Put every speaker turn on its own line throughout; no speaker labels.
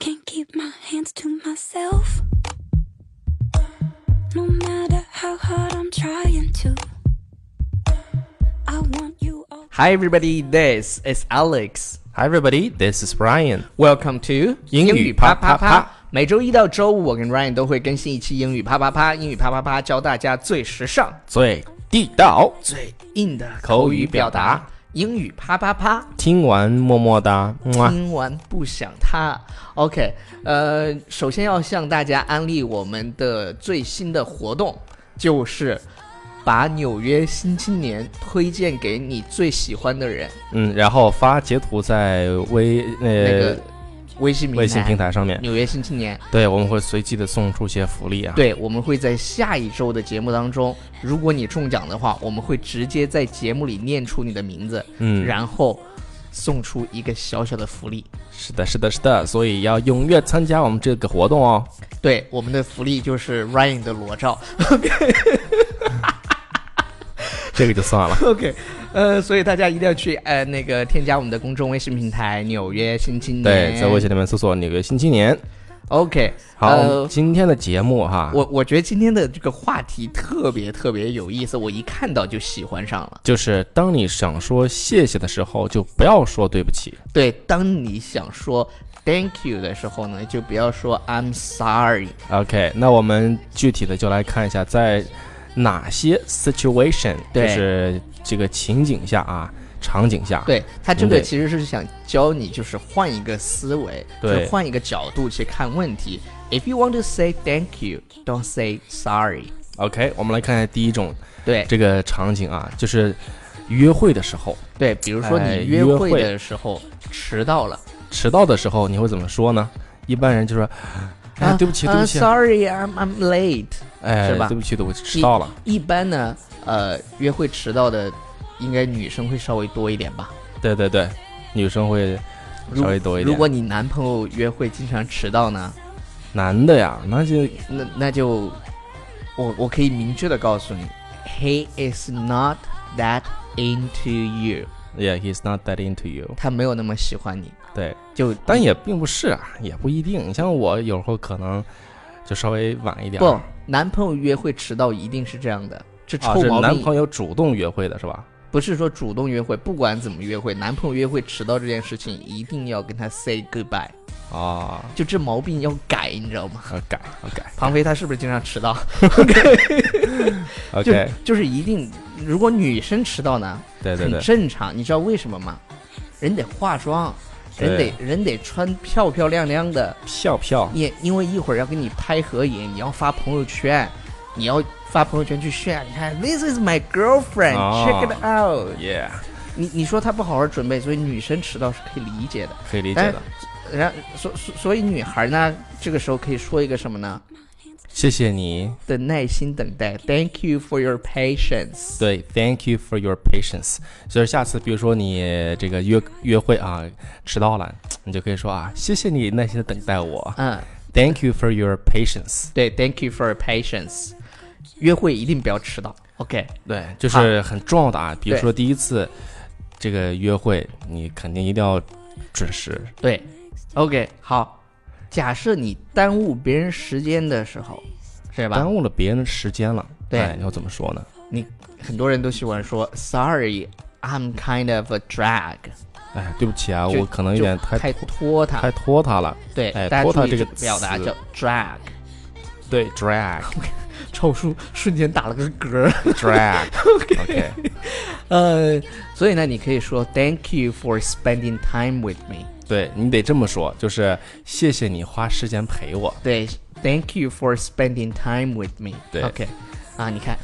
Can't keep my hands to myself. No matter how hard I'm trying to. I want you all.
Hi, everybody. This is Alex.
Hi everybody, this is Brian.
Welcome to
英语啪啪啪。
每周一到周五，我跟 Ryan 都会更新一期英语啪啪啪。英语啪啪啪教大家最时尚、
最地道，
最硬的
口语表达。
英语啪啪啪，
听完么么哒，嗯哇！
听完不想他。OK，呃，首先要向大家安利我们的最新的活动，就是把纽约新青年推荐给你最喜欢的人。
嗯，然后发截图在微
那
呃
个微信平台
微信平台嗯上面，
纽约新青年。
对，我们会随机的送出一些福利啊。，
对，我们会在下一周的节目当中，如果你中奖的话，我们会直接在节目里念出你的名字，
嗯，
然后送出一个小小的福利。
是的，是的，是的，所以要踊跃参加我们这个活动 哦。
对，我们的福利就是 Ryan 的裸照。
这个就算了。
OK，呃，所以大家一定要去呃那个添加我们的公众微信平台“纽约新青年”。
对，在微信。里面搜索“纽约新青年
OK，”。
好，我
呃
们，今天的节目哈，
我我觉得今天的这个话题特别特别有意思，我一看到就喜欢上了。
就是当你想说谢谢的时候，就不要说对不起。
对，当你想说 “Thank you” 的时候呢，就不要说 “I'm sorry”。
OK，那我们具体的就来看一下，在哪些 situation，
对
就是这个情景下啊，场景下，，
对他这个
对
其实是想教你，就是换一个思维，
对
就是换一个角度去看问题。If you want to say thank you, don't say sorry。
OK，我们来看一下第一种
对
这个场景啊，就是约会的时候，
对，比如说
哎
你约
约
会
会
的时候迟到了，
迟到的时候，你会怎么说呢？一般人就说，哎，
啊
对不起，对
啊
不起，
，sorry, I'm I'm late。
哎，
是吧
对不起，对不起，迟到了。
一般呢，呃，约会迟到的应该女生会稍微多一点吧。
对对对，女生会
如
稍微多一点。
如果你男朋友约会经常迟到呢，
男的呀，那就
那那就我我可以明确的告诉你，He is not that into you。
yeah，he's not that into you。
他没有那么喜欢你，
对，
就
但也并不是啊，也不一定。你像我有时候可能就稍微晚一点
不
儿，
男朋友约会迟到一定是这样的，这
啊，
臭
是
毛
男
病、
朋友主动约会的是吧？
不是说主动约会，不管怎么约会，男朋友约会迟到这件事情一定要跟他 say goodbye，
啊，
就这毛病要改，你知道 吗？
要改要改。
庞飞他是不是经常迟到？就
OK，
就是一定，如果女生迟到呢，
对对
很
对，
正常，你知道为什么吗？人得化妆，人
对
得人得穿漂漂亮亮的，
票票，
也因为一会儿要跟你拍合影，你要发朋友圈，你要发朋友圈去炫，你看，This is my girlfriend，check、
哦
it out。
耶，
你你说她不好好准备，所以女生迟到是可以理解的。
可以理解
但
的。
是，然所所所以女孩呢，这个时候可以说一个什么呢？
谢谢你，
的耐心等待，Thank you for your patience。
对，Thank you for your patience。所以下次比如说你这个约约会啊迟到了，你就可以说啊，谢谢你耐心的等待我
嗯，
，Thank you for your patience。
对，Thank you for your patience。约会一定不要迟到，OK？
对，就是很重要的啊。比如
对
说第一次这个约会，你肯定一定要准时。
对，OK，好。假设你耽误别人时间的时候，是吧？
耽误了别人的时间了，
对
哎你要怎么说呢？
你很多人都喜欢说 “Sorry, I'm kind of a drag”，
哎，对不起啊，
就
我可能有点太
太拖沓。
太拖沓了。
对，
哎
大家
拖沓
注意
这个
个表达
词
叫 “drag”。
对，drag
臭叔瞬间打了个嗝。
drag。OK，
呃，所以呢，你可以说 “Thank you for spending time with me”。
对你得这么说，就是谢谢你花时间陪我。
对，“Thank you for spending time with me”。
对
，OK，啊，你看，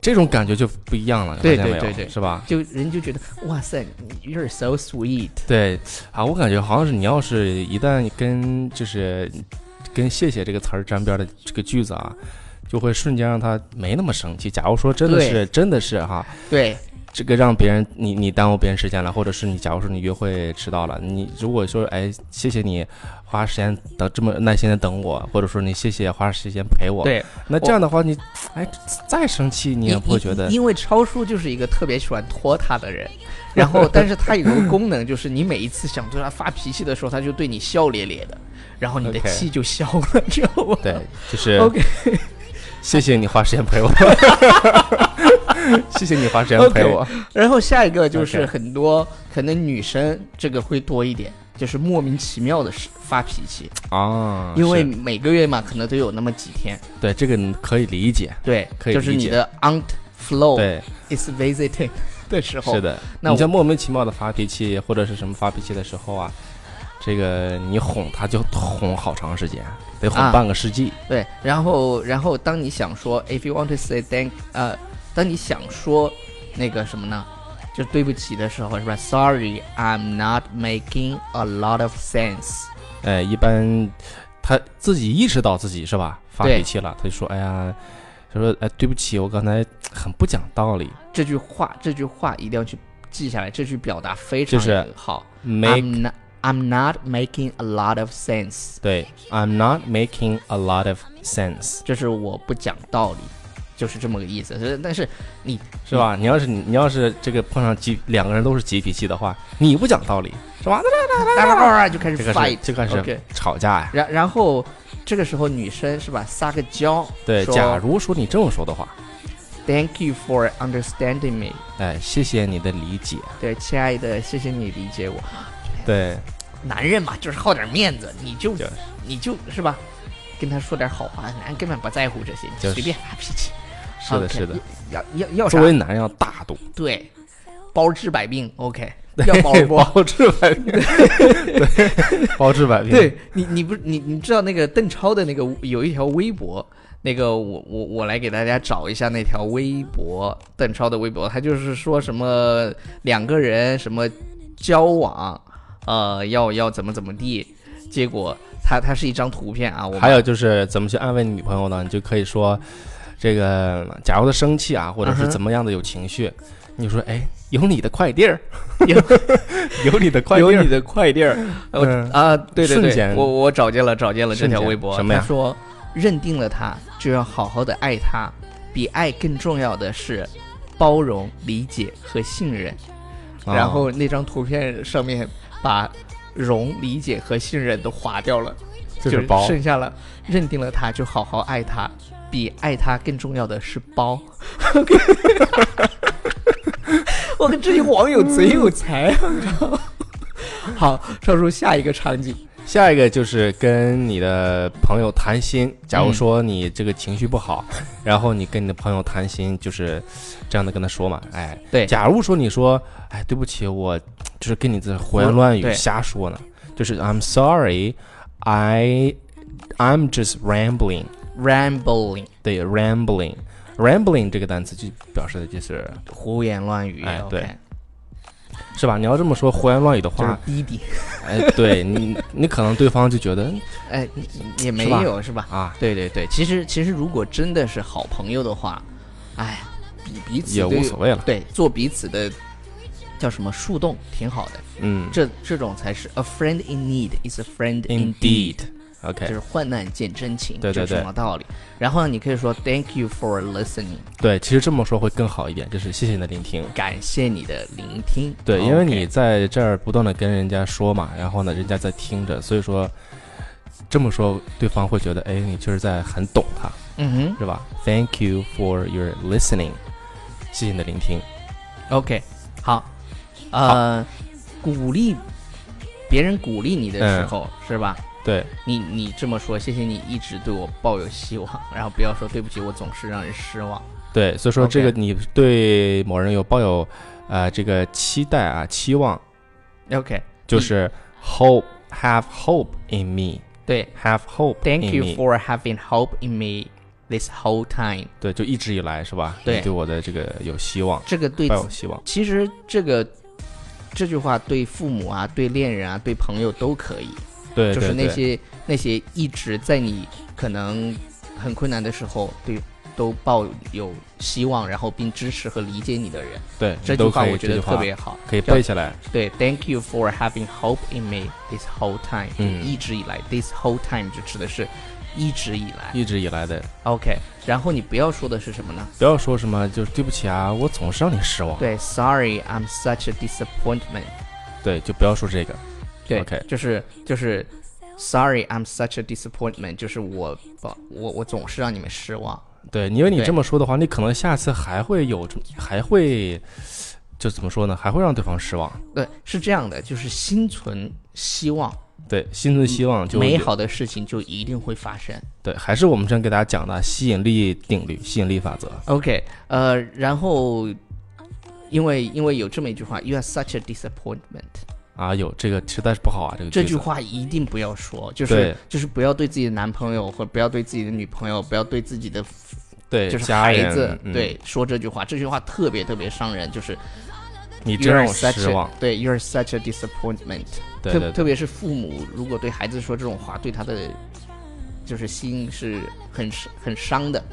这种感觉就不一样了，
对
发现没有
对对对
是吧？
就人就觉得哇塞，You're so sweet。
对啊，我感觉好像是你要是一旦跟就是跟“谢谢”这个词儿沾边的这个句子啊，就会瞬间让他没那么生气。假如说真的
对
是真的是哈，
对，
这个让别人你你耽误别人时间了，或者是你假如说你约会迟到了，你如果说哎谢谢你花时间等这么耐心的等我，或者说你谢谢花时间陪我，，
对，
那这样的话你哎再生气你也
因
不会觉得
因因为超叔就是一个特别喜欢拖沓的人，然后但是他有个功能，就是你每一次想对他发脾气的时候，他就对你笑咧咧的，然后你的
OK
气就消了，知道吗？
对，就是
，OK
谢谢你花时间 陪我，谢谢你花时间
OK
陪我。
然后下一个就是
OK
很多可能女生这个会多一点，就是莫名其妙的发脾气，
啊，
因为
是
每个月嘛可能都有那么几天，
对这个你可以理解，
对，
可以
就是
理
你
解
的 aunt flow
对，
is visiting 的时候，
是的。
哦那
你
我
像莫名其妙的发脾气或者是什么发脾气的时候啊，这个你哄他就哄好长时间，得哄
啊
半个世纪。
对，然后然后当你想说 if you want to say thank 呃，当你想说那个什么呢，就对不起的时候是吧？Sorry, I'm not making a lot of sense。
哎，一般他自己意识到自己是吧发
对
脾气了，他就说哎呀，他说哎对不起，我刚才很不讲道理。
这句话这句话一定要去记下来，这句表达非
就
常
是
好。
Make
I'm not I'm not making a lot of sense，
对，I'm not making a lot of sense，
就是我不讲道理，就是这么个意思。是但是 你
是吧？
嗯
你要是你要是这个碰上急两个人都是急脾气的话，你不讲道理是吧？
哒哒哒哒就开始
这个是
fight，
这个
OK
是吵架呀。
然然后这个时候女生是吧撒个娇，
对，
说
假如说你这么说的话，
Thank you for understanding me。
哎，谢谢你的理解。
对，亲爱的，谢谢你理解我。
对，
男人嘛，就是好点面子，你就
就是
你就是吧，跟他说点好话，男人根本不在乎这些，你
就是
随便发脾气。
是的，
OK，
是的。
要要要啥
作？为男人要大度，
对，包治百病。OK，要 包不？
包治百病，对，包治百病。
对你，你不你你知道那个邓超的那个有一条微博，那个我我我来给大家找一下那条微博，邓超的微博，他就是说什么两个人什么交往，呃，要要怎么怎么地，结果他他是一张图片啊，我
还有就是怎么去安慰你女朋友呢？你就可以说，这个假如她生气啊，或者
嗯
是
哼
怎么样的有情绪，你就说哎，有你的快递儿，
有
有你的快递儿，
有你的快递儿，我
嗯
啊，对对
瞬
对，
间
我我找见了找见了这
瞬
条
间
微博，
什么呀
他说认定了他就要好好的爱他，比爱更重要的是包容、理解和信任。
啊
然后那张图片上面把容、理解和信任都划掉了，
就
就是
包。
剩下了认定了他就好好爱他，比爱他更重要的是包。我跟这些网友贼有才啊！你知道吗好，超出下一个场景。
下一个就是跟你的朋友谈心。假如说你这个情绪不好，然后你跟你的朋友谈心，就是这样的跟他说嘛，哎，
对
假如说你说，哎，对不起，我就是跟你这胡言乱语
对
瞎说呢，就是 I'm sorry, I I'm just rambling，
rambling
对，rambling。rambling 这个单词就表示的就是，
胡言乱语，
哎
OK，
对是吧？你要这么说胡言乱语的
就是
话，
滴滴，
哎，对你，你可能对方就觉得
哎，也没
是吧
有是吧？
啊，
对对对，其实其实如果真的是好朋友的话，哎，彼彼此
也
对
无所谓了，
对，做彼此的叫什么树洞，挺好的。
嗯
这这种才是 a friend in need is a friend in
，indeed，OK。
deed，就是患难见真情，
对对
这是
对
什么道理？然后呢，你可以说 Thank you for listening，
对，其实这么说会更好一点，就是谢谢你的聆听。
感谢你的聆听。
对，因为你
OK，
在这儿不断的跟人家说嘛，然后呢，人家在听着，所以说这么说，对方会觉得，哎，你就是在很懂他，
嗯
是吧？Thank you for your listening，谢谢你的聆听。
哼，OK，好，呃，鼓励别人鼓励你的时
嗯
候，是吧？
对，
你你这么说，谢谢你一直对我抱有希望，然后不要说对不起，我总是让人失望。
对，所以说
OK
这个你对某人有抱有呃这个期待啊期望，
OK，
就
你
是 hope have hope in me，have
对
hope
，Thank
in
you
me
for having hope in me this whole time。
对，就一直以来是吧？你
对
对我的这个有希望，
这个对
抱有希望。
其实这个这句话对父母啊、对恋人啊、对朋友都可以，
对，
就是
对
那
对
些那些一直在你可能很困难的时候对都抱有希望，然后并支持和理解你的人。
对，
这句
你都
话
可以，
我觉
这
得
句
特
话
别好，
可以
叫
背起来。
对，Thank you for having hope in me this whole time。
嗯
一直以来，this whole time 就指的是一直以来。
一直以来的，
OK，然后你不要说的是什么呢？
不要说什么就是对不起啊，我总是让你失望。
对，Sorry，I'm such a disappointment。
对，就不要说这个。
对
OK
就是就是，Sorry，I'm such a disappointment，就是我把我我总是让你们失望。
对，因为你
对
这么说的话，你可能下次还会有这，还会就怎么说呢？还会让对方失望。
对，是这样的，就是心存希望，
对，心存希望就
美好的事情就一定会发生。
对，还是我们之前给大家讲的吸引力定律、吸引力法则。
OK，呃，然后因为因为有这么一句话，You are such a disappointment。
啊，有这个实在是不好啊，这个
这句
子
话一定不要说，就
对
是就是不要对自己的男朋友，或者不要对自己的女朋友，不要对自己的
对
就是
家
孩
人
子，
嗯
对说这句话，这句话特别特别伤人，就是
你
you
真
are
让我失
such
望
a，对 you are such a disappointment，
对
特
对
特
对
别是父母如果对孩子说这种话，对他的就是心是很很伤的，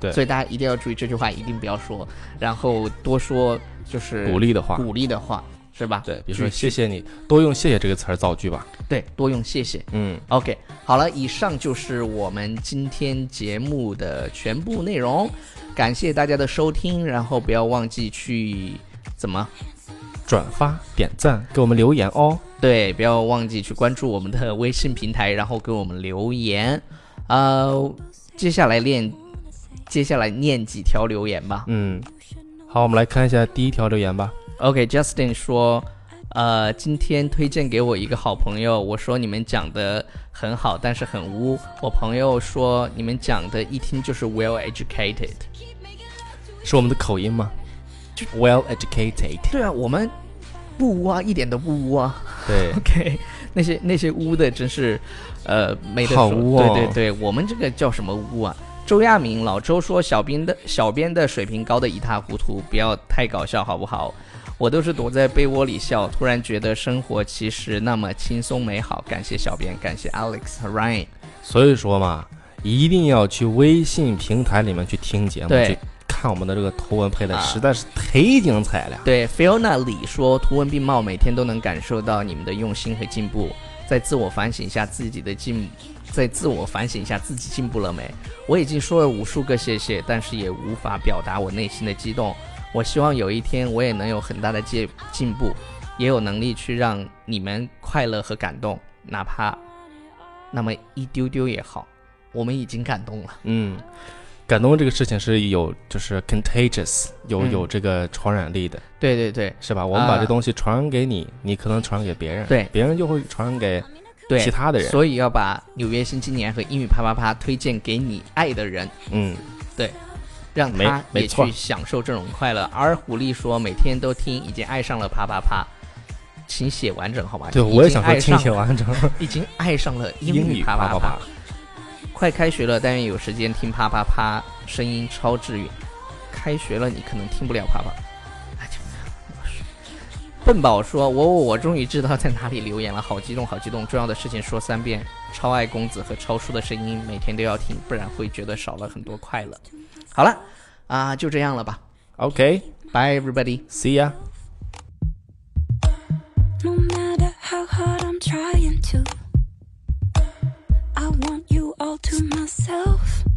对
所以大家一定要注意这句话一定不要说，然后多说就是
鼓励的话，
鼓励的话是吧？
对，比如说
去
谢谢你，多用谢谢这个词儿造句吧。
对多用谢谢，
嗯，
OK，好了，以上就是我们今天节目的全部内容，感谢大家的收听，然后不要忘记去怎么
转发、点赞，给我们留言哦。
对，不要忘记去关注我们的微信平台，然后给我们留言。呃，接下来念，接下来念几条留言吧。
嗯，好，我们来看一下第一条留言吧。
OK，Justin、说，呃，今天推荐给我一个好朋友，我说你们讲的很好，但是很污。我朋友说你们讲的一听就是 well educated。
是我们的口音吗？Well educated，
对啊，我们不污啊，一点都不污啊。
对
OK，那些那些污的真是，呃，没得说。
好污哦
对对对，我们这个叫什么污啊？周亚明，老周说小编的小编的水平高的一塌糊涂，不要太搞笑好不好？我都是躲在被窝里笑，突然觉得生活其实那么轻松美好。感谢小编，感谢 Alex 和 Ryan。
所以说嘛，一定要去微信平台里面去听节目，
对
去看我们的这个图文配的，
啊
实在是忒精彩了。
对，Fiona 李说，图文并茂，每天都能感受到你们的用心和进步，在自我反省一下自己的进，在自我反省一下自己进步了没。我已经说了无数个谢谢，但是也无法表达我内心的激动。我希望有一天我也能有很大的进进步，也有能力去让你们快乐和感动，哪怕那么一丢丢也好。我们已经感动了，
嗯，感动这个事情是有就是 contagious，有、
嗯
有这个传染力的，
对对对
是吧？我们把
啊
这东西传染给你，你可能传染给别人，
对
别人就会传染给
对，
其他的人。
所以要把《纽约新青年》和《英语啪啪啪》推荐给你爱的人，
嗯，
让
没
他也
没错
去享受这种快乐。而狐狸说每天都听，已经爱上了啪啪啪，请写完整好吗？
对，
已经
我也想说
爱
亲
上
情
了，
完整，
已经爱上了
英
语
啪
啪
啪
啪。快开学了，但愿有时间听啪啪啪，声音超治愈。开学了，你可能听不了啪 啪。哎呀我说笨宝说：“我我我终于知道在哪里留言了，好激动，好激动！重要的事情说三遍，超爱公子和超叔的声音，每天都要听，不然会觉得少了很多快乐。”好了，啊、就这样了吧
OK，See、
，Bye everybody。
ya。
No matter how hard I'm trying to, I want you all to myself.